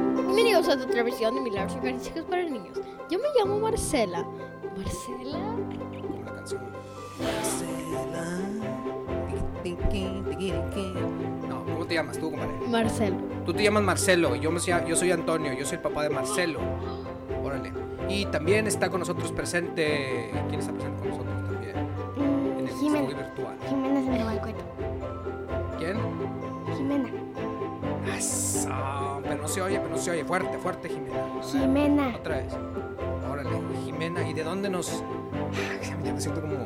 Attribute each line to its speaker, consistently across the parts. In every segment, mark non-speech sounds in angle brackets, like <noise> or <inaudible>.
Speaker 1: bienvenidos a otra versión de Milagros y Caricias para Niños. Yo me llamo Marcela. Marcela.
Speaker 2: Como la canción. No, ¿cómo te llamas tú, compadre?
Speaker 1: Marcelo.
Speaker 2: Tú te llamas Marcelo, yo, me, llamo- yo soy Antonio, yo soy el papá de Marcelo. Órale. Y también está con nosotros presente. ¿Quién está presente con nosotros también? En el estudio
Speaker 3: Jimena.
Speaker 2: virtual.
Speaker 3: Jimena se me va el cuento.
Speaker 2: ¿Quién?
Speaker 3: Jimena.
Speaker 2: Eso, Pero no se oye, pero no se oye. Fuerte, fuerte, Jimena.
Speaker 3: Jimena.
Speaker 2: Otra vez. Órale, Jimena, ¿y de dónde nos.? Ah, ya me- ya me siento como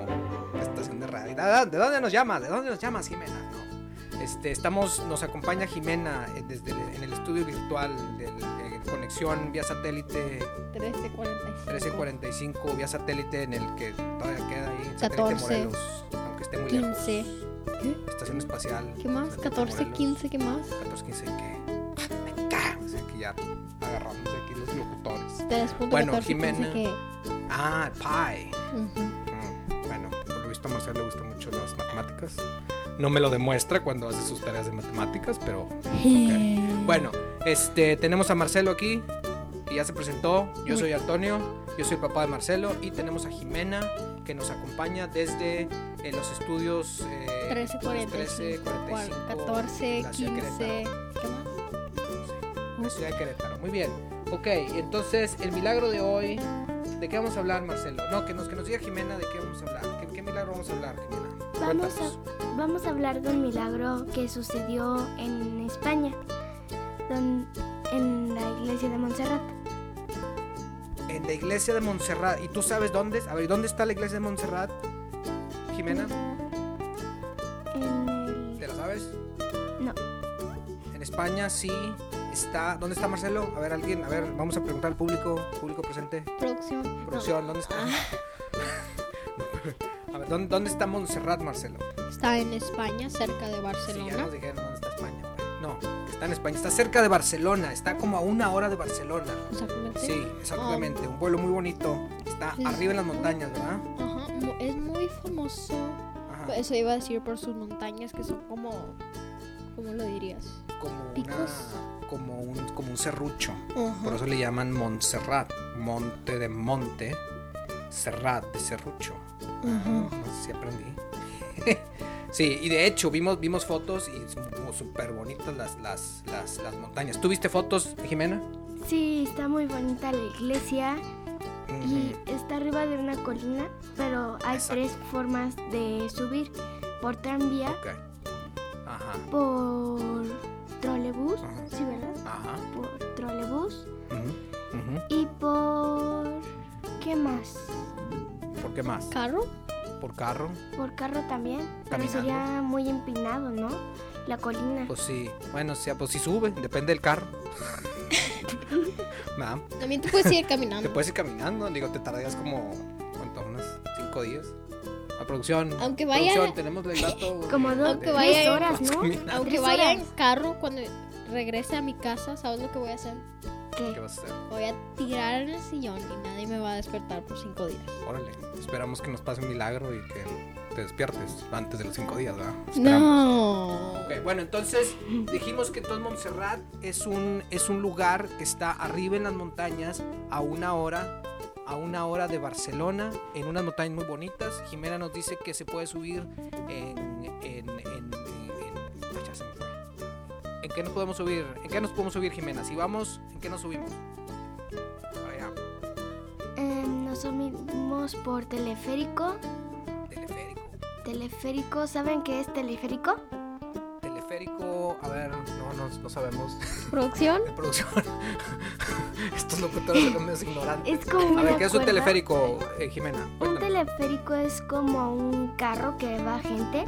Speaker 2: estación de radio. ¿De- ¿De dónde nos llamas? ¿De dónde nos llamas, Jimena? No. Este, estamos, nos acompaña Jimena eh, desde el- en el estudio virtual de, de conexión vía satélite
Speaker 1: 1345.
Speaker 2: 1345, vía satélite en el que todavía queda ahí. satélite
Speaker 1: 14,
Speaker 2: Morelos, aunque esté muy
Speaker 1: 15.
Speaker 2: lejos. Estación espacial.
Speaker 1: ¿Eh? ¿Qué más?
Speaker 2: satélite
Speaker 1: 14,
Speaker 2: Morelos. 15,
Speaker 1: 15, ¿qué más?
Speaker 2: que. <laughs> Me cago. O sea, que ya agarramos aquí los locutores.
Speaker 1: 3.14,
Speaker 2: Bueno,
Speaker 1: 15,
Speaker 2: Jimena.
Speaker 1: que-
Speaker 2: Ah, pie.
Speaker 1: Ujú.
Speaker 2: Mm, Bueno, por lo visto a Marcelo le gustan mucho las matemáticas. No me lo demuestra cuando hace sus tareas de matemáticas, pero bueno, este tenemos a Marcelo aquí y ya se presentó. Yo soy Antonio, yo soy papá de Marcelo y tenemos a Jimena que nos acompaña desde eh, los estudios eh,
Speaker 1: 13.45,
Speaker 2: 13.45,
Speaker 1: 14,
Speaker 2: la ciudad de
Speaker 1: 15.
Speaker 2: Querétaro.
Speaker 1: ¿Qué más?
Speaker 2: La ciudad de Querétaro. Muy bien. Ok, entonces el milagro de hoy. ¿De qué vamos a hablar, Marcelo? No, que nos, que nos diga Jimena de qué vamos a hablar. ¿Qué, qué milagro vamos a hablar, Jimena?
Speaker 3: Vamos
Speaker 2: Cuéntanos.
Speaker 3: a, vamos a hablar de un milagro que sucedió en España, don- en la iglesia de Montserrat.
Speaker 2: En la iglesia de Montserrat. ¿Y tú sabes dónde? es? A ver, ¿dónde está la iglesia de Montserrat? Jimena,
Speaker 3: En el-
Speaker 2: ¿te la sabes?
Speaker 3: No.
Speaker 2: En España sí está. ¿Dónde está Marcelo? A ver, alguien. A ver, vamos a preguntar al público. Público presente.
Speaker 1: Producción.
Speaker 2: Producción, ¿dónde está?
Speaker 1: Ah.
Speaker 2: <laughs> a ver, ¿dónde, dónde está Montserrat, Marcelo?
Speaker 1: No, está en España, cerca de
Speaker 2: Sí, ya
Speaker 1: Barcelona.
Speaker 2: nos dijeron dónde está España. güey. No, está en España, está cerca de Barcelona, está como a una hora de Barcelona.
Speaker 1: Exactamente.
Speaker 2: Sí, exactamente, un pueblo muy bonito.
Speaker 1: Oh.
Speaker 2: Está
Speaker 1: Sí.
Speaker 2: arriba en las montañas, ¿verdad?
Speaker 1: Ajá, mu- es muy famoso. Pues,
Speaker 2: Ajá.
Speaker 1: Eso iba a decir por sus montañas que son como. ¿Cómo lo dirías?
Speaker 2: Como una-
Speaker 1: picos.
Speaker 2: como un como un serrucho.
Speaker 1: Ajá.
Speaker 2: Por eso le llaman Montserrat, monte de monte, Serrat de serrucho. Ah,
Speaker 1: Ajá.
Speaker 2: No sé si aprendí. <laughs> sí, y de hecho vimos vimos fotos y son como súper bonitas las, las, las, las montañas. ¿Tuviste fotos, Jimena?
Speaker 3: Sí, está muy bonita la iglesia y
Speaker 2: Ujú.
Speaker 3: está arriba de una colina, pero hay
Speaker 2: Exacto.
Speaker 3: tres formas de subir. Por tranvía,
Speaker 2: Ok. Ajá.
Speaker 3: por trolebús,
Speaker 2: Ajá.
Speaker 3: sí, ¿verdad?
Speaker 2: Ajá.
Speaker 3: Por trolebús
Speaker 2: ujú, ujú.
Speaker 3: y por... ¿qué más?
Speaker 2: ¿Por qué más?
Speaker 1: ¿Carro?
Speaker 2: ¿Por carro?
Speaker 3: Por carro también, pero
Speaker 2: Caminando.
Speaker 3: sería muy empinado, ¿no? La colina.
Speaker 2: Pues sí. Bueno, o sea, pues sí sube, depende del carro. <laughs> ¿Verdad?
Speaker 1: También te puedes ir <laughs>
Speaker 2: Te
Speaker 1: caminando.
Speaker 2: puedes ir caminando, digo, te tardarías como, ¿cuánto? Unas cinco días. La producción.
Speaker 1: Aunque vaya-
Speaker 2: Producción, tenemos
Speaker 1: <laughs>
Speaker 2: el dato.
Speaker 3: Como dos,
Speaker 1: Aunque
Speaker 3: tres
Speaker 1: vaya-
Speaker 3: horas, ¿no?
Speaker 2: Camina.
Speaker 1: Aunque
Speaker 3: Tres
Speaker 1: vaya en
Speaker 3: horas.
Speaker 1: carro, cuando regrese a mi casa, ¿sabes lo que voy a hacer?
Speaker 3: ¿Qué?
Speaker 2: ¿Qué vas a hacer?
Speaker 1: Voy a tirar en el sillón y nadie me va a despertar por cinco días.
Speaker 2: Órale. Esperamos que nos pase un milagro y que te despiertes antes de los cinco días, ¿verdad? Esperamos.
Speaker 1: No.
Speaker 2: Ok, bueno, entonces dijimos que todo Montserrat es un, es un lugar que está arriba en las montañas a una hora a una hora de Barcelona, en unas montañas muy bonitas. Jimena nos dice que se puede subir en... en, en, en- ay, ya se me fue. ¿En qué nos podemos subir? ¿En qué nos podemos subir, Jimena? Si vamos, ¿en qué nos subimos? Para allá,
Speaker 3: Eh, nos subimos por teleférico.
Speaker 2: teleférico.
Speaker 3: Teleférico, ¿saben qué es teleférico?
Speaker 2: Teleférico, a ver, no, no, no sabemos.
Speaker 1: ¿Producción?
Speaker 2: <laughs> De producción. <laughs> Estos locutores son los medios ignorantes.
Speaker 3: Es como
Speaker 2: A ver,
Speaker 3: una
Speaker 2: ¿qué es un
Speaker 3: cuerda.
Speaker 2: teleférico, eh, Jimena?
Speaker 3: Un
Speaker 2: Cuéntame.
Speaker 3: teleférico es como un carro que va gente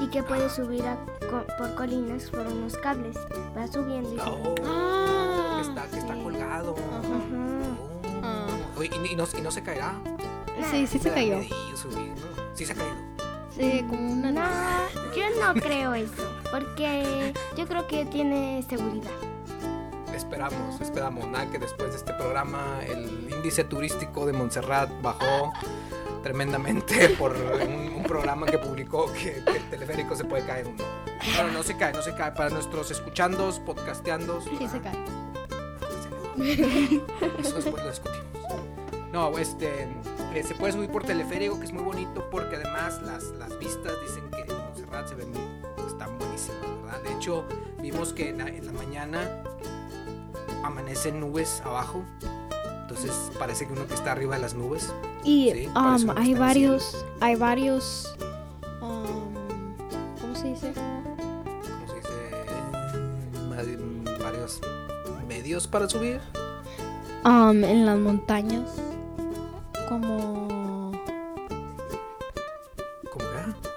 Speaker 3: y que
Speaker 2: Ah.
Speaker 3: puede subir a co- por colinas por unos cables. Va subiendo y
Speaker 2: Oh,
Speaker 3: subiendo.
Speaker 1: Ah.
Speaker 2: que Oh, está, que está
Speaker 3: sí.
Speaker 2: colgado.
Speaker 1: Ajá.
Speaker 2: Oh.
Speaker 1: Ah.
Speaker 2: Oye, y, y no, y no se caerá.
Speaker 1: Sí, sí se
Speaker 2: Me da
Speaker 1: cayó.
Speaker 2: miedillo subir, ¿no? Sí se ha caído.
Speaker 1: Sí, como una.
Speaker 3: No, yo no creo eso, porque yo creo que tiene seguridad.
Speaker 2: Esperamos, esperamos. Nada, que después de este programa el índice turístico de Montserrat bajó tremendamente <laughs> por un, un programa que publicó que, que el teleférico se puede caer uno. Bueno, no se cae, no se cae. Para nuestros escuchandos, podcasteandos.
Speaker 1: Sí se cae.
Speaker 2: Ah, se le va. Eso después lo discutimos. No, este, eh, se puede subir por teleférico, que es muy bonito, porque además las, las vistas dicen que Montserrat se ven muy- están buenísimas, ¿verdad? De hecho, vimos que en la, en la mañana amanecen nubes abajo, entonces parece que uno que está arriba de las nubes.
Speaker 1: Y
Speaker 2: Sí,
Speaker 1: um,
Speaker 2: parece una
Speaker 1: hay
Speaker 2: pestaña cielo.
Speaker 1: varios, hay varios, um, ¿cómo se dice?
Speaker 2: ¿cómo se dice? Ma- Varios medios para subir.
Speaker 1: Um, en las montañas, como
Speaker 2: ¿Cómo que?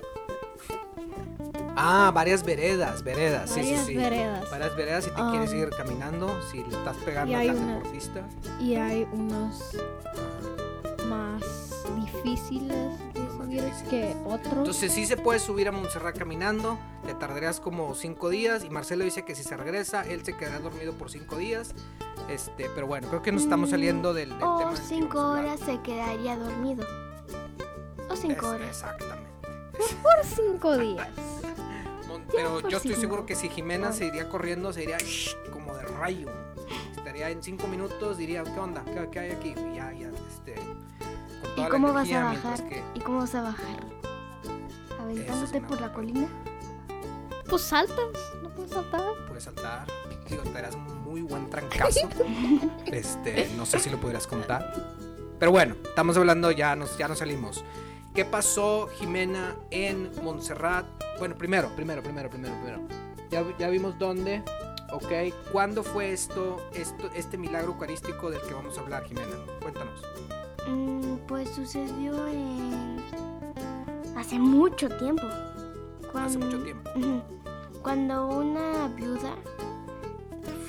Speaker 2: Ah, varias veredas, veredas, sí,
Speaker 1: varias
Speaker 2: sí, sí.
Speaker 1: veredas.
Speaker 2: Varias veredas si te
Speaker 1: Ah.
Speaker 2: quieres ir caminando, si le estás pegando
Speaker 1: Y
Speaker 2: a
Speaker 1: hay
Speaker 2: la
Speaker 1: una-
Speaker 2: deportista.
Speaker 1: Y hay unos más difíciles de
Speaker 2: Unos más
Speaker 1: subir que
Speaker 2: difíciles.
Speaker 1: otros.
Speaker 2: Entonces sí se puede subir a Montserrat caminando, te tardarías como cinco días y Marcelo dice que si se regresa, él se quedará dormido por cinco días. Este, pero bueno, creo que nos estamos saliendo del, del tema.
Speaker 3: O
Speaker 2: del que
Speaker 3: Mm, oh, cinco
Speaker 2: íbamos a hablar.
Speaker 3: horas se quedaría dormido. O
Speaker 2: Es-
Speaker 3: cinco horas.
Speaker 2: Exactamente.
Speaker 1: Por cinco días.
Speaker 2: Mon- Pero
Speaker 1: pues
Speaker 2: yo
Speaker 1: sí,
Speaker 2: estoy seguro
Speaker 1: no.
Speaker 2: que si Jimena
Speaker 1: Ah.
Speaker 2: se iría corriendo, se iría "Shh", como de rayo. Estaría en cinco minutos, diría, ¿qué onda? ¿Qué, qué hay aquí? Y ya, ya, este. Con
Speaker 3: ¿Y
Speaker 2: la
Speaker 3: cómo vas a
Speaker 2: energía, mientras
Speaker 3: bajar?
Speaker 2: que-
Speaker 3: ¿Y cómo vas a bajar? ¿Aventándote
Speaker 2: una
Speaker 3: por la
Speaker 2: buena
Speaker 3: colina?
Speaker 1: Pues saltas, no puedes saltar.
Speaker 2: puedes saltar. Digo, te harás un muy buen trancazo. este, no sé si lo pudieras contar. Pero bueno, estamos hablando, ya nos, ya nos salimos. ¿Qué pasó, Jimena, en Montserrat? Bueno, primero, primero, primero, primero, primero. Ya, vi- ya vimos dónde, ok. ¿Cuándo fue esto, esto, este milagro eucarístico del que vamos a hablar, Jimena? Cuéntanos.
Speaker 3: Mm, pues sucedió en... hace mucho tiempo.
Speaker 2: Hace
Speaker 3: Cuan-
Speaker 2: mucho tiempo.
Speaker 3: Ujú. Cuando una viuda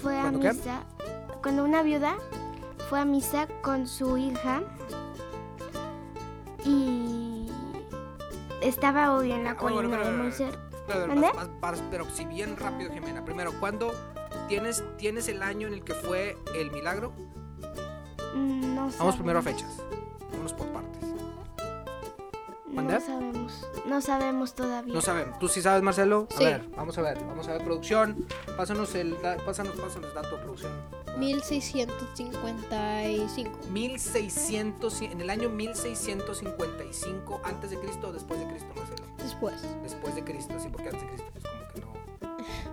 Speaker 3: fue a
Speaker 2: ¿Cuándo qué?
Speaker 3: misa. Cuando una viuda fue a misa con su hija y estaba hoy en la
Speaker 2: Ah, bueno,
Speaker 3: colina
Speaker 2: bueno,
Speaker 3: de
Speaker 2: bueno,
Speaker 3: Montserrat.
Speaker 2: Pero,
Speaker 3: ¿Mande?
Speaker 2: vas- vas- vas- pero si bien rápido, Jimena. Primero, ¿cuándo tienes, tienes el año en el que fue el milagro?
Speaker 3: Mm, No
Speaker 2: Vamos
Speaker 3: sabemos.
Speaker 2: primero a fechas. Vámonos por partes. ¿Mande?
Speaker 3: No sabemos. No sabemos todavía.
Speaker 2: No sabemos. ¿Tú sí sabes, Marcelo? A
Speaker 1: Sí.
Speaker 2: ver, vamos a ver. Vamos a ver, producción. Pásanos el, da- pásanos, pásanos dato, producción.
Speaker 1: 1655.
Speaker 2: 1600, en el año 1655 antes de Cristo o después de Cristo, Marcelo.
Speaker 1: Después.
Speaker 2: Después de Cristo, sí, porque antes de Cristo pues como que no,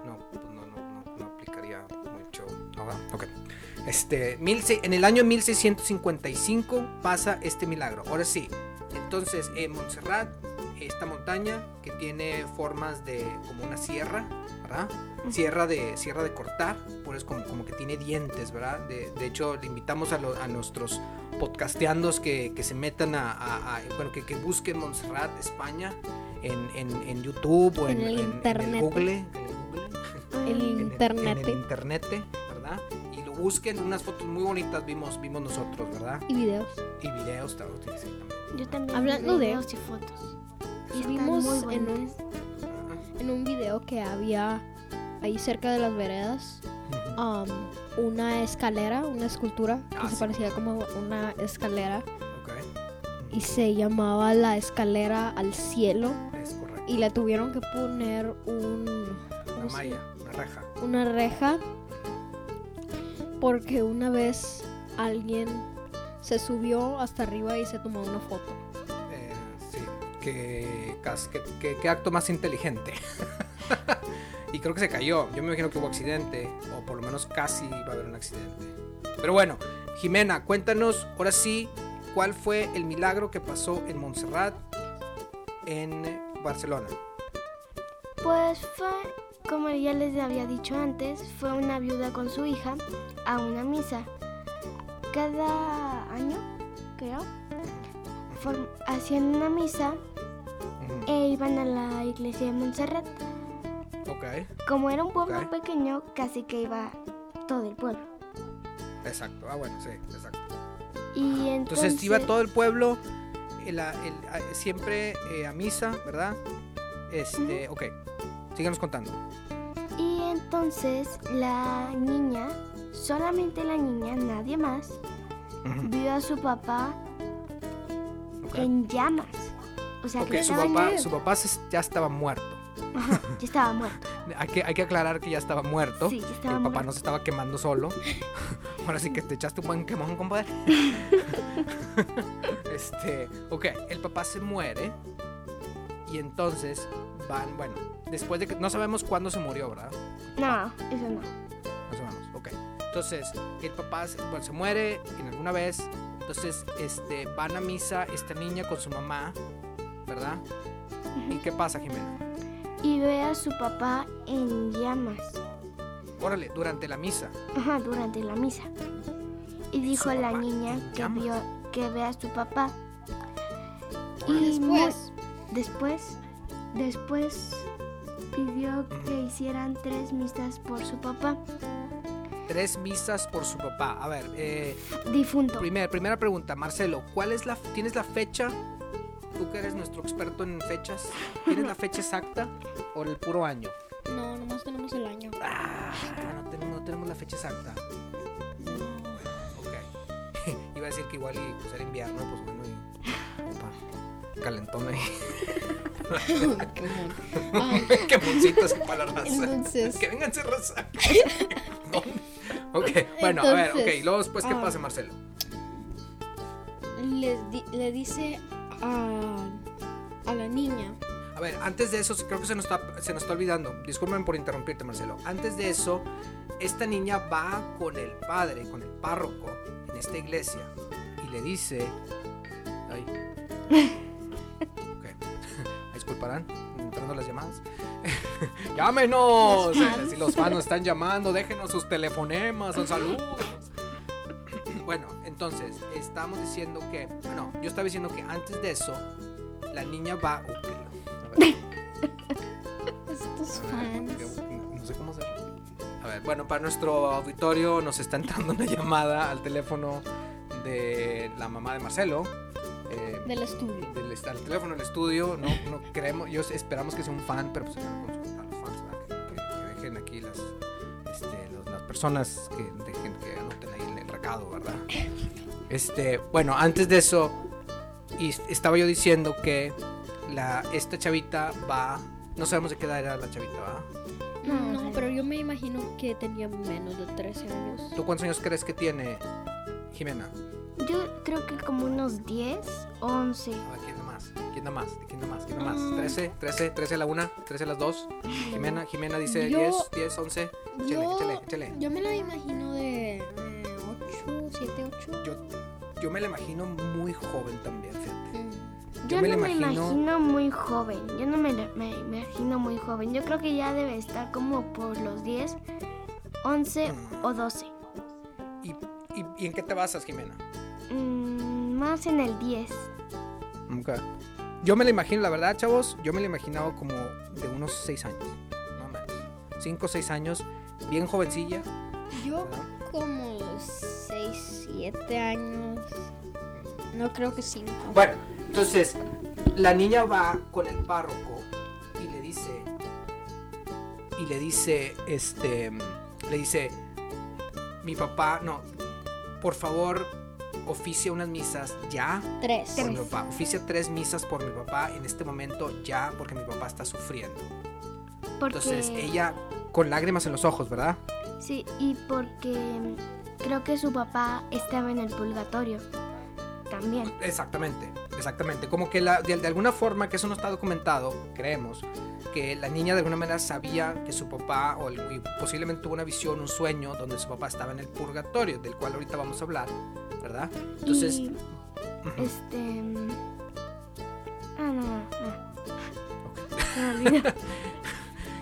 Speaker 2: no, pues, no, no, no, no aplicaría mucho. No, va, ok. Este, 1600 en el año 1655 pasa este milagro. Ahora sí, entonces en Montserrat, esta montaña que tiene formas de como una sierra, ¿verdad? Sierra de, sierra de cortar, por eso como, como que tiene dientes, ¿verdad? De, de hecho, le invitamos a, lo- a nuestros podcasteandos que, que se metan a, a- a- bueno, que, que busquen Montserrat, España, en, en- en YouTube o en,
Speaker 1: En el
Speaker 2: en- en
Speaker 1: internet.
Speaker 2: Google, en el Google
Speaker 1: El
Speaker 2: en
Speaker 3: Mm,
Speaker 2: el-
Speaker 1: internet.
Speaker 2: en el internet, ¿verdad? Y lo busquen, unas fotos muy bonitas vimos, vimos nosotros, ¿verdad?
Speaker 1: Y videos.
Speaker 2: Y videos tal vez, sí,
Speaker 3: Yo también.
Speaker 1: Hablando de-
Speaker 3: videos y fotos. Y están
Speaker 1: Vimos
Speaker 3: muy
Speaker 1: en un,
Speaker 3: bonitas.
Speaker 2: también.
Speaker 1: en un video que había ahí cerca de las veredas
Speaker 2: Ajá.
Speaker 1: um, una escalera, una escultura que
Speaker 2: Ah,
Speaker 1: se
Speaker 2: sí.
Speaker 1: parecía como una escalera
Speaker 2: Ok,
Speaker 1: y se llamaba la escalera al cielo
Speaker 2: es correcto.
Speaker 1: y le tuvieron que poner un,
Speaker 2: Una
Speaker 1: ¿cómo se
Speaker 2: malla, una reja.
Speaker 1: una reja porque una vez alguien se subió hasta arriba y se tomó una foto.
Speaker 2: Eh, sí, qué, cas- qué- qué- qué acto más inteligente. <laughs> y creo que se cayó. Yo me imagino que hubo accidente, o por lo menos casi va a haber un accidente. Pero bueno, Jimena, cuéntanos ahora sí cuál fue el milagro que pasó en Montserrat, en Barcelona.
Speaker 3: Pues fue, como ya les había dicho antes, fue una viuda con su hija a una misa. Cada año, creo, form- hacían una misa
Speaker 2: Ujú,
Speaker 3: e iban a la iglesia de Montserrat.
Speaker 2: Ok,
Speaker 3: Como era un pueblo
Speaker 2: Ok.
Speaker 3: pequeño, casi que iba todo el pueblo.
Speaker 2: exacto. Ah, bueno, sí, exacto.
Speaker 3: Y entonces,
Speaker 2: Entonces iba todo el pueblo eh, la- el- a- siempre eh, a misa, ¿verdad? Este, ok, síganos contando.
Speaker 3: Y entonces la niña, solamente la niña, nadie más,
Speaker 2: Ujú,
Speaker 3: vio a su papá
Speaker 2: ok.
Speaker 3: en llamas. O sea,
Speaker 2: Ok,
Speaker 3: que
Speaker 2: su
Speaker 3: estaban
Speaker 2: papá,
Speaker 3: en-
Speaker 2: su papá se- ya estaba muerto.
Speaker 3: Ajá, ya estaba muerto.
Speaker 2: Hay que, hay que aclarar que ya estaba muerto.
Speaker 3: Sí, ya
Speaker 2: el
Speaker 3: estaba
Speaker 2: papá
Speaker 3: muerto.
Speaker 2: no se estaba quemando solo. <laughs> Ahora sí que te echaste un buen quemón, compadre. este, ok, el papá se muere y entonces van, bueno, después de que no sabemos cuándo se murió, ¿verdad?
Speaker 3: No, eso no.
Speaker 2: Más o menos, ok. Entonces, el papá se, bueno, se muere en alguna vez. Entonces, este, van a misa esta niña con su mamá, ¿verdad? ¿Y qué pasa, Jimena?
Speaker 3: Y ve a su papá en llamas.
Speaker 2: Órale, durante la misa.
Speaker 3: Ajá, durante la misa. Y dijo
Speaker 2: su
Speaker 3: la
Speaker 2: papá
Speaker 3: niña
Speaker 2: en
Speaker 3: que
Speaker 2: llamas.
Speaker 3: vio que ve a su papá.
Speaker 1: Y
Speaker 3: Y mu-
Speaker 1: después,
Speaker 3: después, después pidió que hicieran tres misas por su papá
Speaker 2: Tres misas por su papá. A ver, eh,
Speaker 3: difunto.
Speaker 2: primer- primera pregunta, Marcelo, ¿cuál es la, ¿tienes la fecha? Tú que eres nuestro experto en fechas, ¿tienes la fecha exacta o el puro año?
Speaker 1: no, nomás tenemos el año.
Speaker 2: Ah, no, ten- no tenemos la fecha exacta. Ok. <laughs> Iba a decir que igual y pues, era invierno, pues bueno, y. Opa, calentón ahí. <laughs>
Speaker 1: Ah,
Speaker 2: Qué bolsitas para la raza.
Speaker 1: Entonces-
Speaker 2: Que vengan
Speaker 1: <laughs>
Speaker 2: raza. ¿Dónde? Ok, bueno, a ver, ok.
Speaker 1: Entonces,
Speaker 2: Luego después, ¿qué
Speaker 1: ah.
Speaker 2: pasa, Marcelo?
Speaker 1: les di- le dice a, a la niña.
Speaker 2: A ver, antes de eso, creo que se nos está, se nos está olvidando. Disculpen por interrumpirte, Marcelo. Antes de eso, esta niña va con el padre, con el párroco, en esta iglesia, y le dice. Ay. Ok. <laughs> Disculparán, entrando las llamadas. <laughs> ¡Llámenos!
Speaker 1: Los fans.
Speaker 2: Si los fans nos están llamando, déjenos sus telefonemas, sus saludos. <clears throat> Bueno, entonces, estamos diciendo que. No, yo estaba diciendo que antes de eso, la niña va. ok, a ver.
Speaker 1: Estos
Speaker 2: A ver,
Speaker 1: fans.
Speaker 2: porque- No sé cómo hacerlo. A ver, bueno, para nuestro auditorio nos está entrando una <laughs> llamada al teléfono de la mamá de Marcelo. eh,
Speaker 1: Del estudio.
Speaker 2: del, est- al teléfono del estudio. No, no creemos, yo esperamos que sea un fan, pero pues no podemos contar los fans, ¿verdad? Que, que- que dejen aquí las, este, los- las personas que dejen que anoten ahí el, el recado, ¿verdad? Este, bueno, antes de eso, y s- estaba yo diciendo que la, esta chavita va. No sabemos de qué edad era la chavita, ¿verdad?
Speaker 3: No,
Speaker 1: No,
Speaker 3: sí.
Speaker 1: pero yo me imagino que tenía menos de 13 años.
Speaker 2: ¿Tú cuántos años crees que tiene Jimena?
Speaker 3: Yo creo que como unos 10, 11.
Speaker 2: A ver, ¿quién da más? ¿Quién da más? ¿Quién da más? ¿Quién da más?
Speaker 1: Mm.
Speaker 2: 13, 13, 13 a la 1, 13 a las 2. Jimena, Jimena dice
Speaker 1: Yo-
Speaker 2: 10, 10, 11. Échale,
Speaker 1: yo,
Speaker 2: échale, échale.
Speaker 1: yo me la imagino de eh, 8, 7, 8.
Speaker 2: Yo, yo me la imagino muy joven también, fíjate.
Speaker 3: Yo,
Speaker 2: me la
Speaker 3: no me
Speaker 2: imagino-
Speaker 3: imagino muy joven. Yo no me, la- me imagino muy joven. Yo creo que ya debe estar como por los 10, 11
Speaker 2: Mm.
Speaker 3: o 12.
Speaker 2: ¿Y, y, y en qué te basas, Jimena?
Speaker 3: Mm, más en el 10.
Speaker 2: Yo me la imagino, la verdad, chavos, yo me la imaginaba como de unos 6 años, más o menos. 5 o 6 años, bien jovencilla.
Speaker 1: Yo
Speaker 2: ¿verdad?
Speaker 1: como 6, 7 años. No creo que 5.
Speaker 2: Bueno, entonces la niña va con el párroco y le dice y le dice este le dice mi papá, no, por favor, oficia unas misas ya
Speaker 1: 3.
Speaker 2: por mi papá. Oficia tres misas por mi papá en este momento ya porque mi papá está sufriendo.
Speaker 3: Porque,
Speaker 2: Entonces ella con lágrimas en los ojos, ¿verdad?
Speaker 3: Sí, y porque mm, creo que su papá estaba en el purgatorio. También.
Speaker 2: Exactamente, exactamente. Como que la, de, de alguna forma, que eso no está documentado, creemos, que la niña de alguna manera sabía que su papá, o el- y posiblemente tuvo una visión, un sueño, donde su papá estaba en el purgatorio, del cual ahorita vamos a hablar, ¿verdad? Entonces,
Speaker 3: Y,
Speaker 2: ujú,
Speaker 3: este. mm, Ah, no, no, no. Se me
Speaker 2: <laughs>
Speaker 3: olvidó.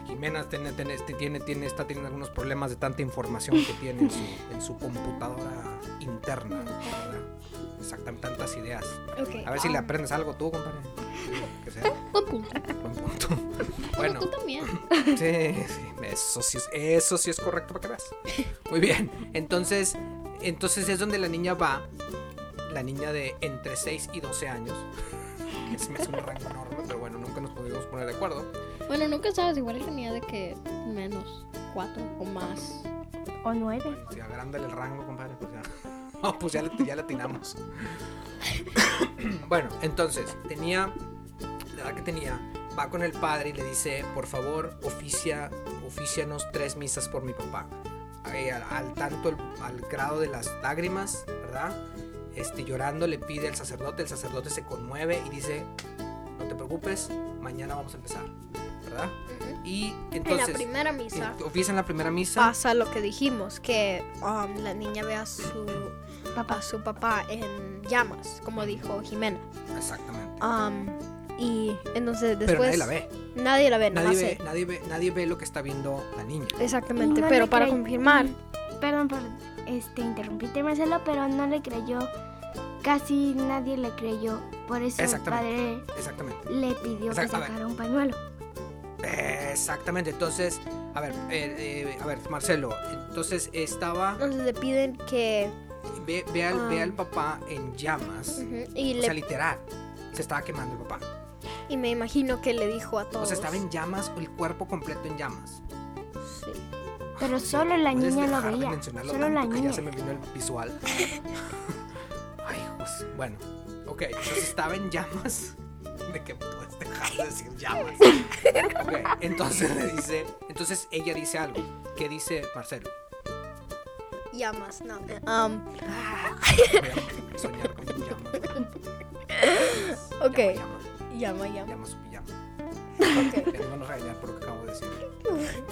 Speaker 2: Jimena tiene, tiene, este, tiene, tiene- está teniendo algunos problemas de tanta información que tiene en su, en su computadora interna, ¿verdad? Exactamente, tantas ideas.
Speaker 1: Ok.
Speaker 2: A ver si le aprendes algo tú, compadre. Que sea,
Speaker 1: Buen punto.
Speaker 2: buen punto. <laughs>
Speaker 1: Bueno,
Speaker 2: Bueno.
Speaker 1: tú también.
Speaker 2: Sí, sí, eso sí, es- eso sí es correcto para que veas. Muy bien, entonces, entonces es donde la niña va, la niña de entre 6 y 12 años, que se me hace un rango enorme, pero bueno, nunca nos pudimos poner de acuerdo.
Speaker 1: Bueno, nunca sabes. Igual tenía de que menos 4 o más.
Speaker 3: O nueve.
Speaker 2: Pues Si agrándale el rango, compadre, pues ya, <laughs> no, pues ya, le- ya le atinamos. Bueno, entonces, tenía, la edad que tenía, va con el padre y le dice, por favor, oficia, ofícianos tres misas por mi papá. eh, al, al tanto el- al grado de las lágrimas, ¿verdad? Este, llorando le pide al sacerdote, el sacerdote se conmueve y dice, no te preocupes, mañana vamos a empezar, ¿verdad?
Speaker 1: Ujú.
Speaker 2: Y
Speaker 1: En la
Speaker 2: entonces
Speaker 1: primera misa
Speaker 2: en- empieza en la primera misa,
Speaker 1: pasa lo que dijimos, que um, la niña ve a su, a
Speaker 3: Papá,
Speaker 1: su papá en llamas, como dijo Jimena.
Speaker 2: exactamente.
Speaker 1: Um, y entonces después...
Speaker 2: pero nadie la ve,
Speaker 1: Nadie la ve,
Speaker 2: nadie
Speaker 1: nomás
Speaker 2: ve,
Speaker 1: él.
Speaker 2: nadie ve, nadie ve lo que está viendo la niña.
Speaker 1: Exactamente,
Speaker 3: Y no
Speaker 1: pero
Speaker 3: le
Speaker 1: para
Speaker 3: creen.
Speaker 1: confirmar,
Speaker 3: perdón por este, interrumpirte, Marcelo, pero no le creyó, casi nadie le creyó. Por eso el padre
Speaker 2: Exactamente. Exactamente.
Speaker 3: le pidió que
Speaker 2: Exacto, a ver.
Speaker 3: sacara un pañuelo.
Speaker 2: Exactamente, entonces, a ver, eh, eh, a ver, Marcelo, entonces estaba,
Speaker 1: entonces le piden que...
Speaker 2: ve, ve al, ve
Speaker 1: Ah.
Speaker 2: al papá en llamas,
Speaker 1: Ujú, y,
Speaker 2: o
Speaker 1: le,
Speaker 2: sea, literal, se estaba quemando el papá,
Speaker 1: y me imagino que le dijo a
Speaker 2: o
Speaker 1: todos...
Speaker 2: sea, estaba en llamas, el cuerpo completo en llamas.
Speaker 1: Sí.
Speaker 3: Pero solo la
Speaker 2: ¿Puedes
Speaker 3: niña lo
Speaker 2: dejar de
Speaker 3: veía.
Speaker 2: mencionarlo
Speaker 3: Solo la
Speaker 2: tanto que
Speaker 3: niña.
Speaker 2: ya se me vino el
Speaker 3: <laughs>
Speaker 2: visual. Ay, hijos, bueno, ok, entonces estaba en llamas, de que puedes dejar de decir llamas. Ok, entonces le dice, entonces ella dice algo, ¿qué dice Marcelo?
Speaker 1: Llamas, no. um,
Speaker 2: Voy a soñar con llamas.
Speaker 1: Ok. llama,
Speaker 2: Llama, llama,
Speaker 1: llama.
Speaker 2: llama su pijama. <laughs>
Speaker 1: Ok.
Speaker 2: Te van a regañar por lo que acabo de decir.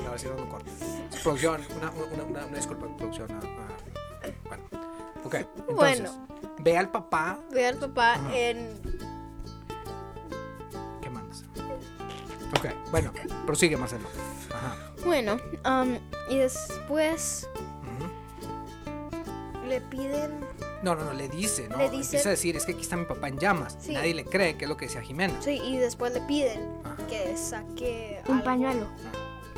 Speaker 2: No, así no lo cortes. Producción, una, una, una, una disculpa, producción. ah, ah, bueno. Ok. Entonces,
Speaker 1: Bueno.
Speaker 2: Ve al papá
Speaker 1: Ve al papá
Speaker 2: Ajá.
Speaker 1: en...
Speaker 2: quemándose. Ok, bueno, prosigue Marcelo. Ajá.
Speaker 1: Bueno, um, y después
Speaker 2: ujú.
Speaker 1: le piden...
Speaker 2: No, no, no, le dice, ¿no?
Speaker 1: Le dice-
Speaker 2: Empieza a decir, es que aquí está mi papá en llamas.
Speaker 1: Sí.
Speaker 2: Nadie le cree, que es lo que decía Jimena.
Speaker 1: Sí, y después le piden
Speaker 2: Ajá.
Speaker 1: que saque...
Speaker 3: Un
Speaker 1: algo,
Speaker 3: pañuelo.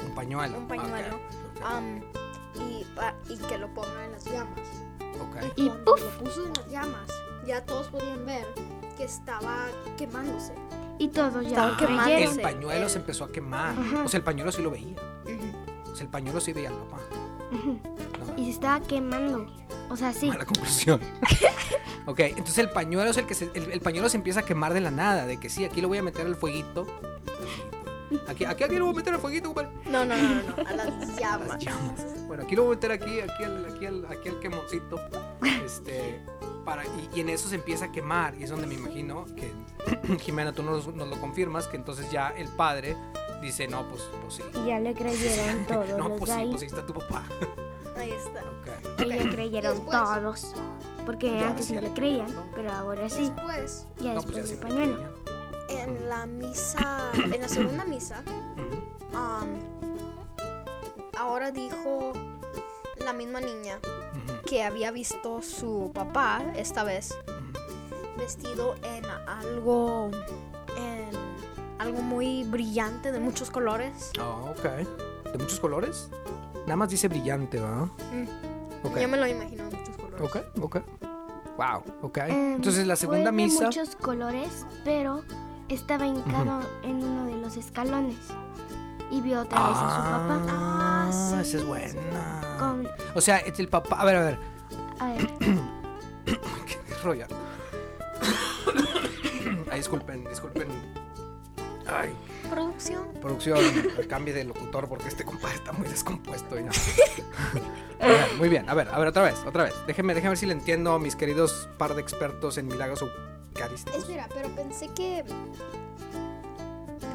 Speaker 2: Un pañuelo.
Speaker 1: Un pañuelo.
Speaker 2: Ok,
Speaker 1: um, y, pa- y que lo ponga en las llamas.
Speaker 2: ok.
Speaker 1: Y
Speaker 3: Y
Speaker 1: cuando lo puso en las llamas, ya todos podían ver que estaba quemándose.
Speaker 3: Y todos ya
Speaker 1: Estaban
Speaker 3: lo
Speaker 1: quemando.
Speaker 3: creyeron.
Speaker 2: El pañuelo se empezó a quemar.
Speaker 3: Ajá.
Speaker 2: O sea, el pañuelo sí lo veía. O sea, el pañuelo sí veía al papá.
Speaker 3: Ujú.
Speaker 2: No,
Speaker 3: Y se estaba quemando. O sea, sí.
Speaker 2: Mala
Speaker 3: <laughs>
Speaker 2: conclusión. ok, entonces el pañuelo es el que se, el, el pañuelo se empieza a quemar de la nada. De que sí, aquí lo voy a meter al fueguito. Aquí, aquí, aquí lo voy a meter al fueguito, compadre.
Speaker 1: No, no, no, no, no, a las
Speaker 2: Las
Speaker 1: llamas.
Speaker 2: <laughs> llamas. Bueno, aquí lo voy a meter aquí, aquí al, aquí al, aquí al quemoncito. Este, para, y, y en eso se empieza a quemar. Y es donde me imagino que, <clears throat> Jimena, tú nos, nos lo confirmas, que entonces ya el padre dice, no, pues, pues sí.
Speaker 3: Y ya
Speaker 2: <laughs>
Speaker 3: le creyeron todos
Speaker 2: No,
Speaker 3: los
Speaker 2: pues
Speaker 3: de
Speaker 2: sí,
Speaker 3: ahí.
Speaker 2: pues ahí está tu papá.
Speaker 3: <laughs>
Speaker 1: Ahí está.
Speaker 2: Ok.
Speaker 3: Y le creyeron
Speaker 2: <laughs>
Speaker 1: Después.
Speaker 3: todos. Porque
Speaker 2: Ya,
Speaker 3: antes
Speaker 2: sí,
Speaker 3: no
Speaker 2: ya
Speaker 3: le
Speaker 2: le
Speaker 3: creían,
Speaker 2: creyeron, ¿no?
Speaker 3: pero ahora sí.
Speaker 1: Después,
Speaker 3: Ya
Speaker 2: No, pues
Speaker 3: después
Speaker 2: sí
Speaker 3: del
Speaker 2: me
Speaker 3: pañuelo.
Speaker 2: creía.
Speaker 1: pues, en la misa, en la segunda misa,
Speaker 2: Ujú.
Speaker 1: um, ahora dijo la misma niña
Speaker 2: Ujú.
Speaker 1: que había visto su papá, esta vez,
Speaker 2: Ujú.
Speaker 1: vestido en algo, en algo muy brillante, de muchos colores.
Speaker 2: Ah, ok. ¿De muchos colores? Nada más dice brillante, ¿verdad?
Speaker 1: Mm,
Speaker 2: Ok.
Speaker 1: Yo me lo imagino de muchos colores.
Speaker 2: Ok, ok. Wow, ok.
Speaker 3: Em,
Speaker 2: Entonces la
Speaker 3: fue
Speaker 2: segunda
Speaker 3: de
Speaker 2: misa.
Speaker 3: muchos colores, pero estaba hincado en uno de los escalones. Y vio otra vez a su papá.
Speaker 2: Ah,
Speaker 1: Ah, sí,
Speaker 2: esa es
Speaker 1: sí.
Speaker 2: buena.
Speaker 3: Con,
Speaker 2: O sea, es el papá. A ver, a ver.
Speaker 3: a ver,
Speaker 2: Qué rollo. <coughs> Ay, disculpen, disculpen. Ay,
Speaker 1: Producción.
Speaker 2: producción, <laughs> cambie de locutor porque este compadre está muy descompuesto y no. A ver, muy bien, a ver, a ver, otra vez, otra vez. Déjenme, déjenme ver si le entiendo a mis queridos par de expertos en milagros eucarísticos.
Speaker 1: Espera, pero pensé que.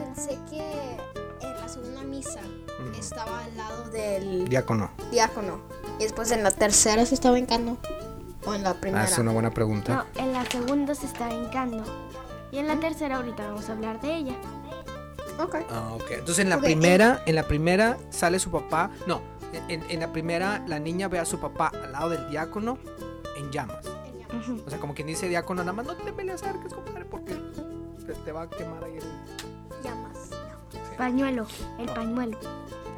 Speaker 1: Pensé que en la segunda misa
Speaker 2: Ujú.
Speaker 1: estaba al lado del
Speaker 2: Diácono. ah,
Speaker 1: diácono. Y después en la tercera se estaba hincando. O en la
Speaker 2: Ah,
Speaker 1: primera.
Speaker 2: es una buena
Speaker 3: no,
Speaker 2: pregunta.
Speaker 3: en la segunda se estaba hincando. Y en la tercera ahorita vamos a hablar de ella.
Speaker 1: Ok.
Speaker 2: Ah, ok. Entonces en la
Speaker 1: Ok,
Speaker 2: primera, en la primera sale su papá. No, en, en la primera la niña ve a su papá al lado del diácono en llamas.
Speaker 3: Ujú.
Speaker 2: O sea, como quien dice diácono, nada más no te me le acerques, compadre, porque te, te va a quemar ahí el.
Speaker 1: Llamas.
Speaker 3: Pañuelo, el pañuelo.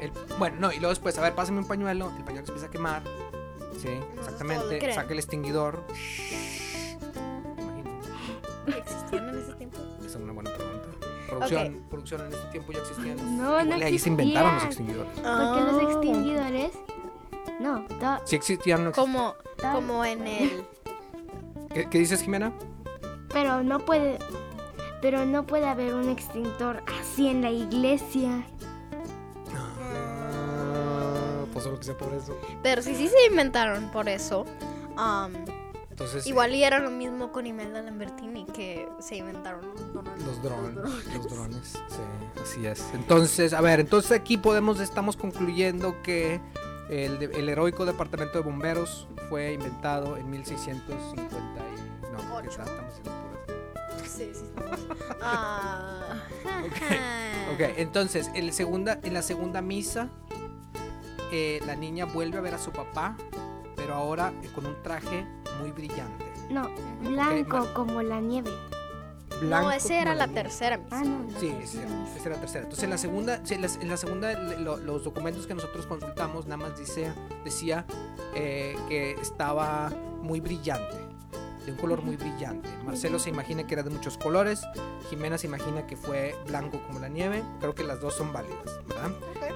Speaker 2: el- Bueno, no, y luego después, a ver, pásame un pañuelo, el pañuelo se empieza a quemar. Sí,
Speaker 1: todo lo
Speaker 2: exactamente.
Speaker 1: creen.
Speaker 2: Saca el extinguidor. Me imagino.
Speaker 1: ¿Existían en ese tiempo?
Speaker 2: Esa es una buena pregunta. Producción, producción en este tiempo ya existían. los-
Speaker 3: No, no
Speaker 2: Igual Ahí se inventaron los
Speaker 3: existían.
Speaker 2: extinguidores.
Speaker 3: Porque
Speaker 2: Ah.
Speaker 3: los extinguidores. No, to-
Speaker 2: Sí existían, no existían.
Speaker 1: Como, como en el.
Speaker 2: ¿Qué, qué dices, Jimena?
Speaker 3: pero no puede. Pero no puede haber un extintor así en la iglesia.
Speaker 2: Ah, pues solo que sea por eso.
Speaker 1: Pero si sí se inventaron por eso. am,
Speaker 2: Entonces, eh,
Speaker 1: Igual y era lo mismo con Imelda Lambertini que se inventaron los drones.
Speaker 2: los drones, los drones,
Speaker 1: <laughs>
Speaker 2: sí, así es. Entonces, a ver, entonces aquí podemos, estamos concluyendo que el, de- el heroico departamento de bomberos fue inventado en 1650 y... No, porque
Speaker 1: Ocho.
Speaker 2: ya estamos en puras.
Speaker 1: Sí, sí, sí. Ah, <laughs>
Speaker 2: Ok, entonces, en, la segunda, en la segunda misa, eh, la niña vuelve a ver a su papá, pero ahora eh, con un traje muy brillante.
Speaker 3: No,
Speaker 1: Ujú.
Speaker 3: blanco
Speaker 2: mal.
Speaker 3: como la nieve.
Speaker 2: Blanco
Speaker 1: No, esa era
Speaker 2: como
Speaker 1: la
Speaker 2: nieve.
Speaker 1: tercera misa.
Speaker 3: Ah, no. la
Speaker 2: Sí,
Speaker 3: de
Speaker 2: esa
Speaker 3: Simis.
Speaker 2: esa era la tercera. Entonces, en la segunda, sí, en la, en la segunda le- lo- los documentos que nosotros consultamos nada más dice, decía eh, que estaba muy brillante, de un color muy brillante. Marcelo se imagina que era de muchos colores, Jimena se imagina que fue blanco como la nieve. Creo que las dos son válidas, ¿verdad?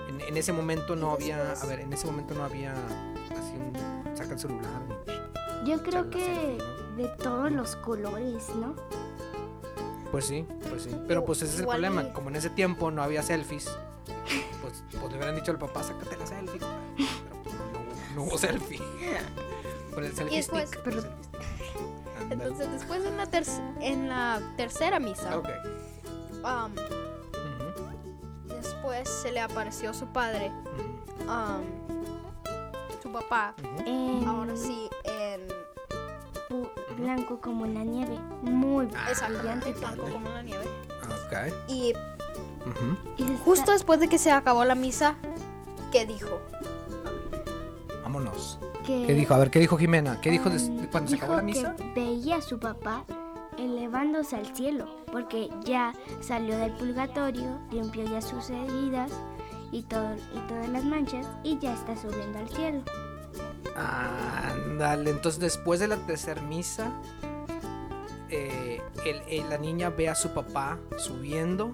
Speaker 2: En, en ese momento no había, a ver, en ese momento no había así un, saca el celular.
Speaker 3: Yo
Speaker 2: Charla
Speaker 3: creo que
Speaker 2: selfie,
Speaker 3: de todos los colores, ¿no?
Speaker 2: Pues sí, pues sí. Pero pues ese es el
Speaker 1: Igual
Speaker 2: problema.
Speaker 1: y-
Speaker 2: Como en ese tiempo no había selfies, pues, pues le hubieran dicho al papá, sácate la selfie. compadre". Pero pues, no, hubo- no
Speaker 1: <laughs>
Speaker 2: hubo selfie. Con el selfie
Speaker 1: después-
Speaker 2: stick.
Speaker 3: pero-
Speaker 2: el selfie stick. Ándale.
Speaker 1: Entonces, después en la, terc- en la tercera misa,
Speaker 2: Ok.
Speaker 1: am,
Speaker 2: Ujú,
Speaker 1: después se le apareció su padre,
Speaker 2: ujú,
Speaker 1: am, su papá,
Speaker 2: ujú.
Speaker 3: En
Speaker 1: ahora sí, en
Speaker 3: bu- Blanco como la nieve. Muy
Speaker 2: Ah,
Speaker 1: esa
Speaker 3: brillante.
Speaker 1: blanco como la nieve.
Speaker 2: Ok.
Speaker 1: Y
Speaker 2: ujú.
Speaker 3: Y está-
Speaker 1: justo después de que se acabó la misa, ¿qué dijo?
Speaker 2: Vámonos.
Speaker 3: que,
Speaker 1: Eh,
Speaker 2: ¿Qué dijo? A ver, ¿qué dijo Jimena? ¿Qué dijo des-
Speaker 3: em,
Speaker 1: ah,
Speaker 2: cuando se acabó
Speaker 3: dijo
Speaker 2: la misa?
Speaker 3: que veía a su papá elevándose al cielo, porque ya salió del purgatorio, limpió ya sus heridas y, todo, y todas las manchas y ya está subiendo al cielo.
Speaker 2: Ándale, entonces después de la tercera misa, eh, el- el- la niña ve a su papá subiendo,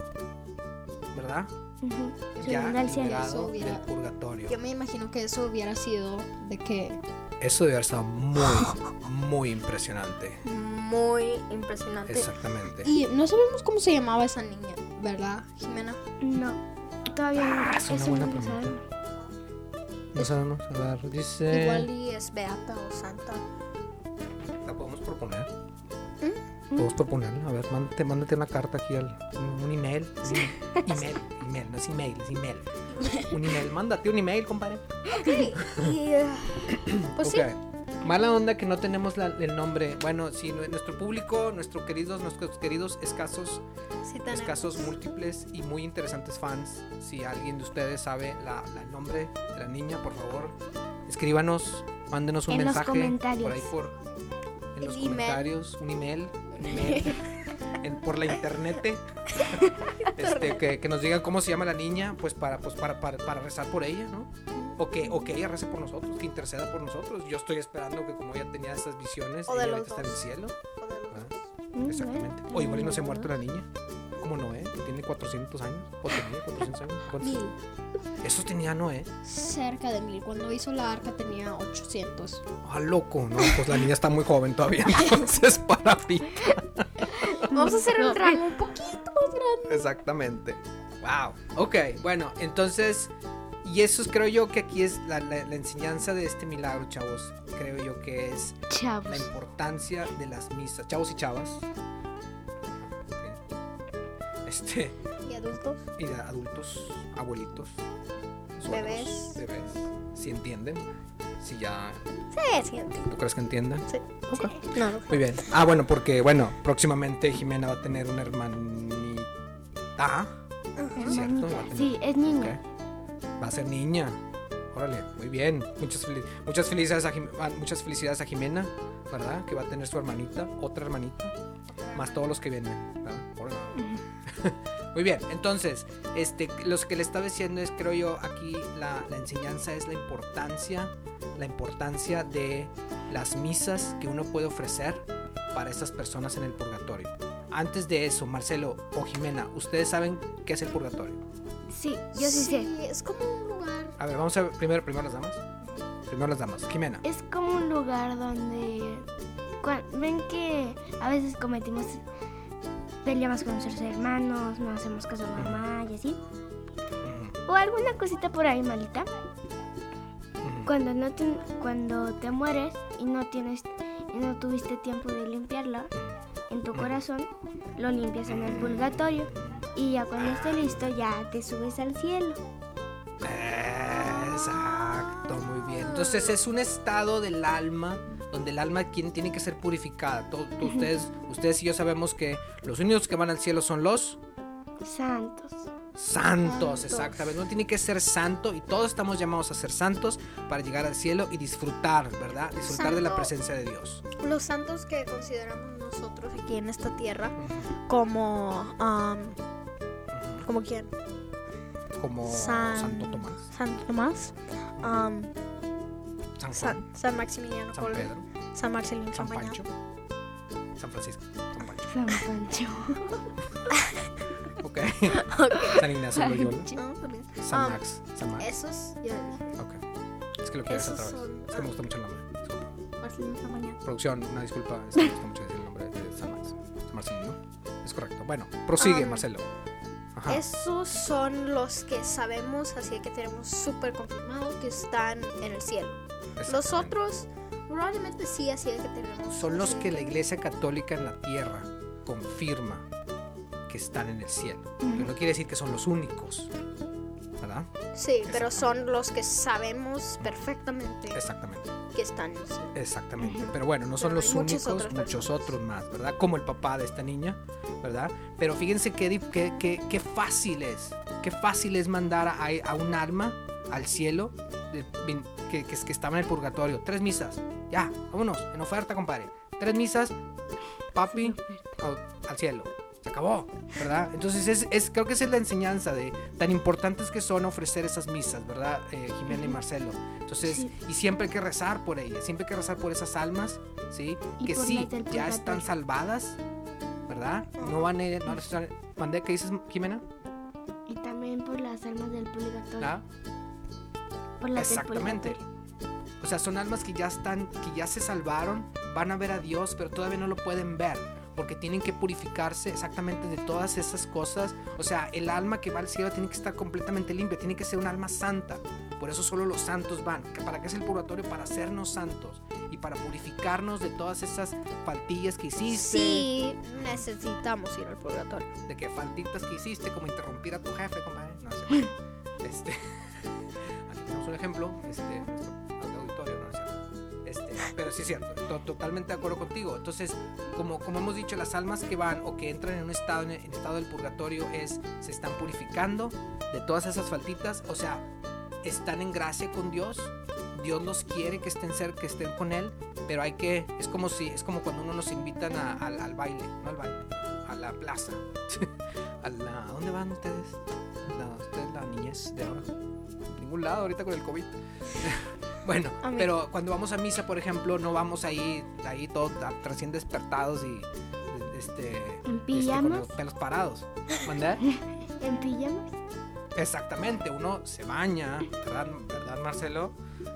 Speaker 2: ¿verdad?
Speaker 3: Ujú,
Speaker 2: Ya
Speaker 3: Subiendo al cielo.
Speaker 2: liberado
Speaker 1: Subida.
Speaker 2: del purgatorio.
Speaker 1: Yo me imagino que eso hubiera sido de que
Speaker 2: Eso debe haber estado muy, <laughs> muy impresionante.
Speaker 1: muy impresionante.
Speaker 2: Exactamente.
Speaker 1: Y no sabemos cómo se llamaba esa niña, ¿verdad, Jimena?
Speaker 3: No, todavía no.
Speaker 2: Ah, es una
Speaker 3: eso
Speaker 2: buena
Speaker 3: no lo
Speaker 2: pregunta.
Speaker 3: sabemos.
Speaker 2: No sabemos, a ver, dice...
Speaker 1: Igual y es Beata o <laughs> Santa.
Speaker 2: La podemos proponer. Podemos proponerla. A ver, mándate, mándate una carta aquí al. Un, un email. Un email. Email, no es email, es <laughs> email. Un email. Mándate un email, compadre.
Speaker 1: Pues
Speaker 2: Ok. Mala onda que no tenemos la- el nombre. Bueno, si nue- nuestro público, nuestros queridos, nuestros queridos escasos,
Speaker 1: sí, sí
Speaker 2: escasos múltiples y muy interesantes fans, si alguien de ustedes sabe la, la- el nombre de la niña, por favor, escríbanos, mándenos un
Speaker 3: En los
Speaker 2: mensaje
Speaker 3: comentarios.
Speaker 2: por ahí por en los
Speaker 1: El email.
Speaker 2: comentarios, un email, un email, <laughs> en- por la internet. Este, que, que nos digan cómo se llama la niña, pues para, pues para, para, para rezar por ella, ¿no? O que, o que ella rece por nosotros, que interceda por nosotros. Yo estoy esperando que como ella tenía esas visiones,
Speaker 1: O de
Speaker 2: ella
Speaker 1: los
Speaker 2: ahorita está en el
Speaker 1: dos.
Speaker 2: cielo. ¿verdad?
Speaker 3: Mm,
Speaker 2: Exactamente.
Speaker 3: bueno.
Speaker 2: O igual y no se ha muerto la niña. Como Noé, que tiene 400 años. O tenía 400 años. ¿Cuántos?
Speaker 1: Mil,
Speaker 2: Eso tenía eh? Noé.
Speaker 1: cerca de mil. Cuando hizo la arca tenía 800.
Speaker 2: Ah, loco. No, pues la niña está muy joven todavía. <laughs> Entonces, para ti.
Speaker 1: Vamos a hacer
Speaker 3: No.
Speaker 1: el tramo un poquito más grande.
Speaker 2: Exactamente. Wow. Ok, bueno, entonces. Y eso es, creo yo que aquí es la, la- la enseñanza de este milagro, chavos. Creo yo que es la
Speaker 3: Chavos.
Speaker 2: importancia de las misas. Chavos y chavas. Ok. Este.
Speaker 1: Y adultos.
Speaker 2: y de eh, adultos, abuelitos,
Speaker 1: Bebés.
Speaker 2: suegros, bebés, si entienden, si ya,
Speaker 1: Sí, siguiente.
Speaker 2: ¿tú crees que entiendan?
Speaker 1: Sí. No, no.
Speaker 2: Muy bien. Ah, bueno, porque bueno, próximamente Jimena va a tener una hermanita, ¿cierto? Va a tener-
Speaker 3: Sí, es niña.
Speaker 2: ok. Va a ser niña. Órale, muy bien. Muchas, fel- muchas felicidades a Jim- ah, muchas felicidades a Jimena, ¿verdad? Que va a tener su hermanita, otra hermanita, más todos los que vienen, ¿verdad? Órale. <laughs> Muy bien, entonces, este, los que le estaba diciendo es, creo yo, aquí la, la enseñanza es la importancia, la importancia de las misas que uno puede ofrecer para esas personas en el purgatorio. Antes de eso, Marcelo o Jimena, ustedes saben qué es el purgatorio.
Speaker 3: Sí, yo sí sé.
Speaker 1: es como un lugar.
Speaker 2: A ver, vamos a ver primero, primero las damas. Primero las damas. Jimena.
Speaker 1: Eh,
Speaker 3: Es como un lugar donde... cua- Ven que a veces cometimos... Peleamos con nuestros hermanos, no hacemos caso a mamá y así.
Speaker 2: Ujú.
Speaker 3: O alguna cosita por ahí malita. Cuando, no te, cuando te mueres y no, tienes, y no tuviste tiempo de limpiarla en tu corazón, lo limpias en el purgatorio y ya cuando esté listo ya te subes al cielo.
Speaker 2: Exacto, muy bien. Entonces es un estado del alma donde el alma quien tiene que ser purificada. Todos ustedes, ustedes y yo sabemos que los únicos que van al cielo son los santos,
Speaker 3: Santos.
Speaker 1: Santos.
Speaker 2: exactamente. Uno tiene que ser santo y todos estamos llamados a ser santos para llegar al cielo y disfrutar, ¿verdad? Disfrutar de la
Speaker 1: Santo.
Speaker 2: presencia de Dios.
Speaker 1: Los santos que consideramos nosotros aquí en esta tierra como... am, ¿Como quién?
Speaker 2: Como
Speaker 1: San-
Speaker 2: Santo Tomás,
Speaker 1: San Tomás, am,
Speaker 2: San Juan, San,
Speaker 1: San, San Maximiliano Colbe,
Speaker 2: Pedro,
Speaker 1: San Marcelino
Speaker 2: San
Speaker 1: Campaña.
Speaker 2: Pancho, San Francisco, San Pancho.
Speaker 3: San Pancho.
Speaker 2: <laughs> Ok. San Ignacio Loyola,
Speaker 1: Ah, también.
Speaker 2: San
Speaker 1: Ah,
Speaker 2: Max, San Max.
Speaker 1: Esos, ya dije,
Speaker 2: Ok. Es que lo quieres
Speaker 1: Esos
Speaker 2: otra vez.
Speaker 1: son- Ah.
Speaker 2: Es que me gusta mucho el nombre. Disculpa.
Speaker 1: Marcelino Campaña.
Speaker 2: Producción, una disculpa. Es que me gusta mucho decir el nombre de San Max. San Marcelino, ¿no? Es correcto. Bueno, prosigue,
Speaker 1: Um,
Speaker 2: Marcelo. Ajá.
Speaker 1: Esos son los que sabemos, así que tenemos súper confirmado que están en el cielo. Los
Speaker 2: exactamente.
Speaker 1: otros, probablemente sí, así que tenemos.
Speaker 2: Son los que la Iglesia Católica en la tierra confirma que están en el cielo. Pero no quiere decir que son los únicos. ¿Verdad?
Speaker 1: Sí, pero son los que sabemos perfectamente
Speaker 2: Exactamente.
Speaker 1: que están en el cielo.
Speaker 2: Exactamente, pero bueno, no son
Speaker 1: Pero
Speaker 2: los
Speaker 1: hay muchas
Speaker 2: únicos,
Speaker 1: otras
Speaker 2: muchos
Speaker 1: personas.
Speaker 2: otros más, ¿verdad? Como el papá de esta niña, ¿verdad? Pero fíjense qué, dif- qué, qué- qué fácil es, qué fácil es mandar a, a un alma al cielo de- vin- que, que, que estaba en el purgatorio. Tres misas, ya, vámonos, en oferta, compadre. Tres misas, papi, al- al cielo. Se acabó, ¿verdad? Entonces es, es- creo que esa es la enseñanza de tan importantes que son ofrecer esas misas, ¿verdad, eh, Jimena y Marcelo? Entonces,
Speaker 3: Sí.
Speaker 2: y siempre hay que rezar por ellas, siempre hay que rezar por esas almas, ¿sí?
Speaker 3: Y
Speaker 2: Que
Speaker 3: por
Speaker 2: sí,
Speaker 3: las del
Speaker 2: ya están
Speaker 3: purgatorio.
Speaker 2: salvadas, ¿verdad? No van a ir, no van a estar- ¿Mandé? ¿Qué dices, Jimena?
Speaker 3: Y también por las almas del purgatorio.
Speaker 2: ¿Nada?
Speaker 3: Por las del
Speaker 2: Ah, Exactamente.
Speaker 3: purgatorio.
Speaker 2: O sea, son almas que ya están, que ya se salvaron, van a ver a Dios, pero todavía no lo pueden ver, porque tienen que purificarse exactamente de todas esas cosas. O sea, el alma que va al cielo tiene que estar completamente limpia, tiene que ser un alma santa. Por eso solo los santos van. ¿Para qué es el purgatorio? Para hacernos santos y para purificarnos de todas esas faltillas que hiciste,
Speaker 1: Sí, necesitamos ir al purgatorio.
Speaker 2: de que faltitas que hiciste, como interrumpir a tu jefe, compadre. No sé. Este, <laughs> aquí tenemos un ejemplo, este, nuestro auditorio, no es cierto. Este, pero sí es cierto, to- totalmente de acuerdo contigo. Entonces, como, como hemos dicho, las almas que van o que entran en un estado, en el estado del purgatorio, es se están purificando de todas esas faltitas, o sea, están en gracia con Dios. Dios los quiere que estén cerca, que estén con él, pero hay que, es como si, es como cuando uno nos invitan a- al, al baile, no al baile, a la plaza, <laughs> a la, ¿a dónde van ustedes? La, ustedes la niñez de ahora. Ningún lado ahorita con el COVID. <laughs> bueno,
Speaker 1: A mí-
Speaker 2: pero cuando vamos a misa, por ejemplo, no vamos ahí, ahí todos a- recién despertados y este,
Speaker 3: ¿En
Speaker 2: este, con
Speaker 3: pijamas?
Speaker 2: los pelos parados. ¿Mandé?
Speaker 3: ¿En pijamas?
Speaker 2: Exactamente, uno se baña, ¿verdad, ¿verdad, Marcelo? <laughs>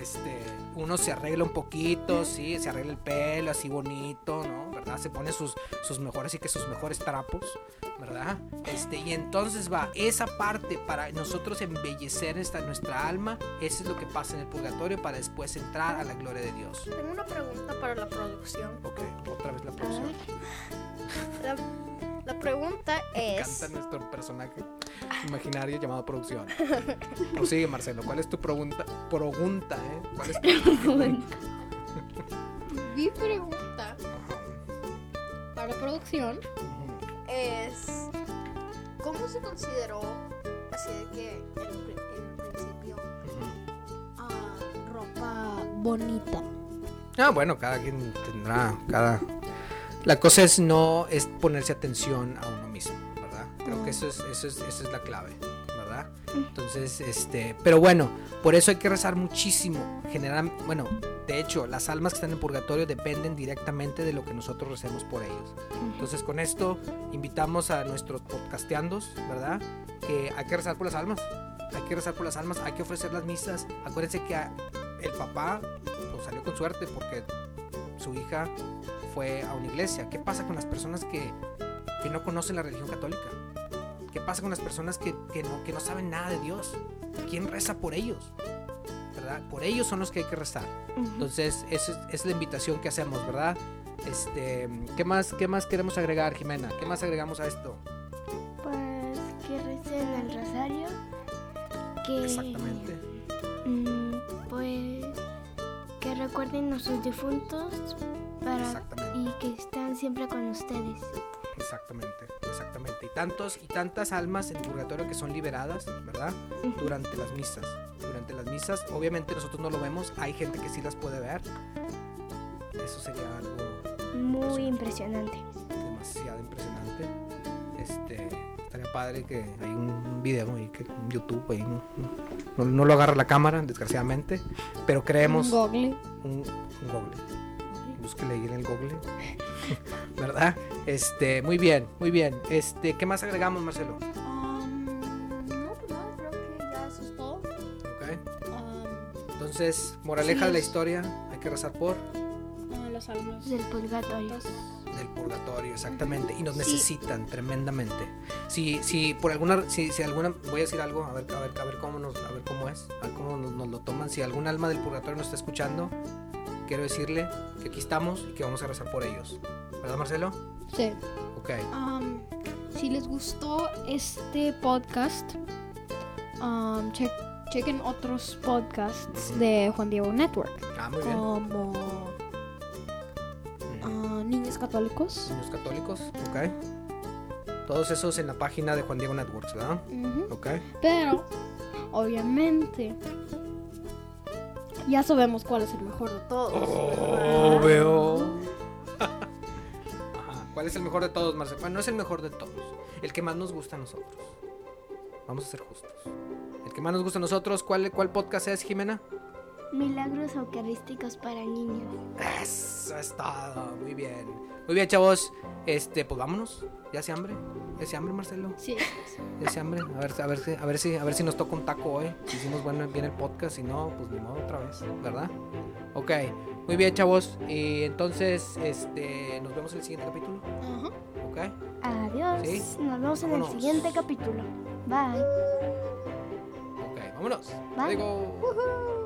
Speaker 2: Este, uno se arregla un poquito, sí, se arregla el pelo así bonito, ¿no? ¿Verdad? Se pone sus, sus mejores y que sus mejores trapos, ¿verdad? Este, y entonces va esa parte para nosotros embellecer esta, nuestra alma, eso es lo que pasa en el purgatorio para después entrar a la gloria de Dios.
Speaker 1: Tengo una pregunta para la producción.
Speaker 2: Ok, otra vez la producción.
Speaker 1: La, la pregunta
Speaker 2: Me
Speaker 1: es.
Speaker 2: encanta nuestro personaje imaginario llamado producción. Prosigue, Marcelo. ¿Cuál es tu pregunta? Pregunta, ¿eh? ¿Cuál es tu pregunta?
Speaker 1: Mi pregunta para producción es ¿cómo se consideró así de que en, pri- en principio ah, ropa bonita?
Speaker 2: Ah, bueno, cada quien tendrá cada... La cosa es no es ponerse atención a uno mismo, ¿verdad? Creo que eso es, eso es, esa es la clave, ¿verdad? Entonces, este... Pero bueno, por eso hay que rezar muchísimo. General, bueno, de hecho, las almas que están en purgatorio dependen directamente de lo que nosotros recemos por ellos. Entonces, con esto invitamos a nuestros podcasteandos, ¿verdad? Que hay que rezar por las almas. Hay que rezar por las almas, hay que ofrecer las misas. Acuérdense que a- el papá pues, salió con suerte porque su hija fue a una iglesia. ¿Qué pasa con las personas que, que no conocen la religión católica? ¿Qué pasa con las personas que, que no, que no saben nada de Dios? ¿Quién reza por ellos? ¿Verdad? ¿verdad? Por ellos son los que hay que rezar. Entonces, esa es, es la invitación que hacemos, ¿verdad? Este, ¿qué más, ¿Qué más queremos agregar, Jimena? ¿Qué más agregamos a esto?
Speaker 3: Pues que recen el rosario. Que,
Speaker 2: Exactamente.
Speaker 3: mm, pues que recuerden a sus difuntos para,
Speaker 2: Exactamente.
Speaker 3: y que están siempre con ustedes.
Speaker 2: Exactamente, exactamente. Y tantos y tantas almas en purgatorio que son liberadas, ¿verdad? Durante las misas. Durante las misas, obviamente nosotros no lo vemos, hay gente que sí las puede ver. Eso sería algo
Speaker 3: Muy impresionante.
Speaker 2: demasiado impresionante. Este, estaría padre que hay un video ahí que en YouTube ahí no, no- no lo agarra la cámara, desgraciadamente, pero creemos
Speaker 1: Un Google.
Speaker 2: un, un google. Búsquele ahí en el google. <laughs> ¿Verdad? Este, muy bien, muy bien. Este, ¿qué más agregamos, Marcelo?
Speaker 4: Um, no, pues no, creo que ya eso es todo.
Speaker 2: Ok.
Speaker 4: Um,
Speaker 2: Entonces, moraleja de la historia, hay que rezar por
Speaker 4: ah, los alumnos.
Speaker 3: Del purgatorio.
Speaker 2: del purgatorio, exactamente. Y nos necesitan tremendamente. Si, si por alguna, si, si alguna, voy a decir algo, a ver, a ver, a ver cómo nos, a ver cómo es, a ver cómo nos, nos lo toman. Si algún alma del purgatorio nos está escuchando, quiero decirle que aquí estamos y que vamos a rezar por ellos. ¿Verdad, Marcelo?
Speaker 4: Sí.
Speaker 2: Ok.
Speaker 4: Um, si les gustó este podcast, um, che- chequen otros podcasts de Juan Diego Network,
Speaker 2: Ah, muy bien.
Speaker 4: como
Speaker 2: Ujú.
Speaker 4: ah, Niños Católicos.
Speaker 2: Niños católicos, ok. Todos esos en la página de Juan Diego Networks, ¿verdad?
Speaker 4: Ujú.
Speaker 2: Ok.
Speaker 4: Pero, obviamente, ya sabemos cuál es el mejor de todos.
Speaker 2: Oh, <laughs> veo. Ajá. ¿Cuál es el mejor de todos, Marcelo? Bueno, no es el mejor de todos. El que más nos gusta a nosotros. Vamos a ser justos. El que más nos gusta a nosotros, ¿cuál, cuál podcast es, Jimena?
Speaker 3: Milagros eucarísticos para niños.
Speaker 2: Eso es todo. Muy bien. Muy bien, chavos. Este, pues vámonos. Ya se hambre. Ya se hambre, Marcelo.
Speaker 4: Sí,
Speaker 2: Ya se hambre. A ver, a ver, si- a ver si, a ver si nos toca un taco hoy. Si Hicimos bueno, bien el podcast, si no, pues ni modo otra vez, ¿verdad? Ok, muy bien, chavos. Y entonces, este, nos vemos en el siguiente capítulo.
Speaker 4: ajá.
Speaker 2: Ok.
Speaker 3: Adiós.
Speaker 2: Sí.
Speaker 3: Nos vemos en
Speaker 2: Vámonos.
Speaker 3: el siguiente capítulo. Bye.
Speaker 2: Ok, vámonos.
Speaker 3: Bye.
Speaker 2: Digo.
Speaker 3: Woohoo.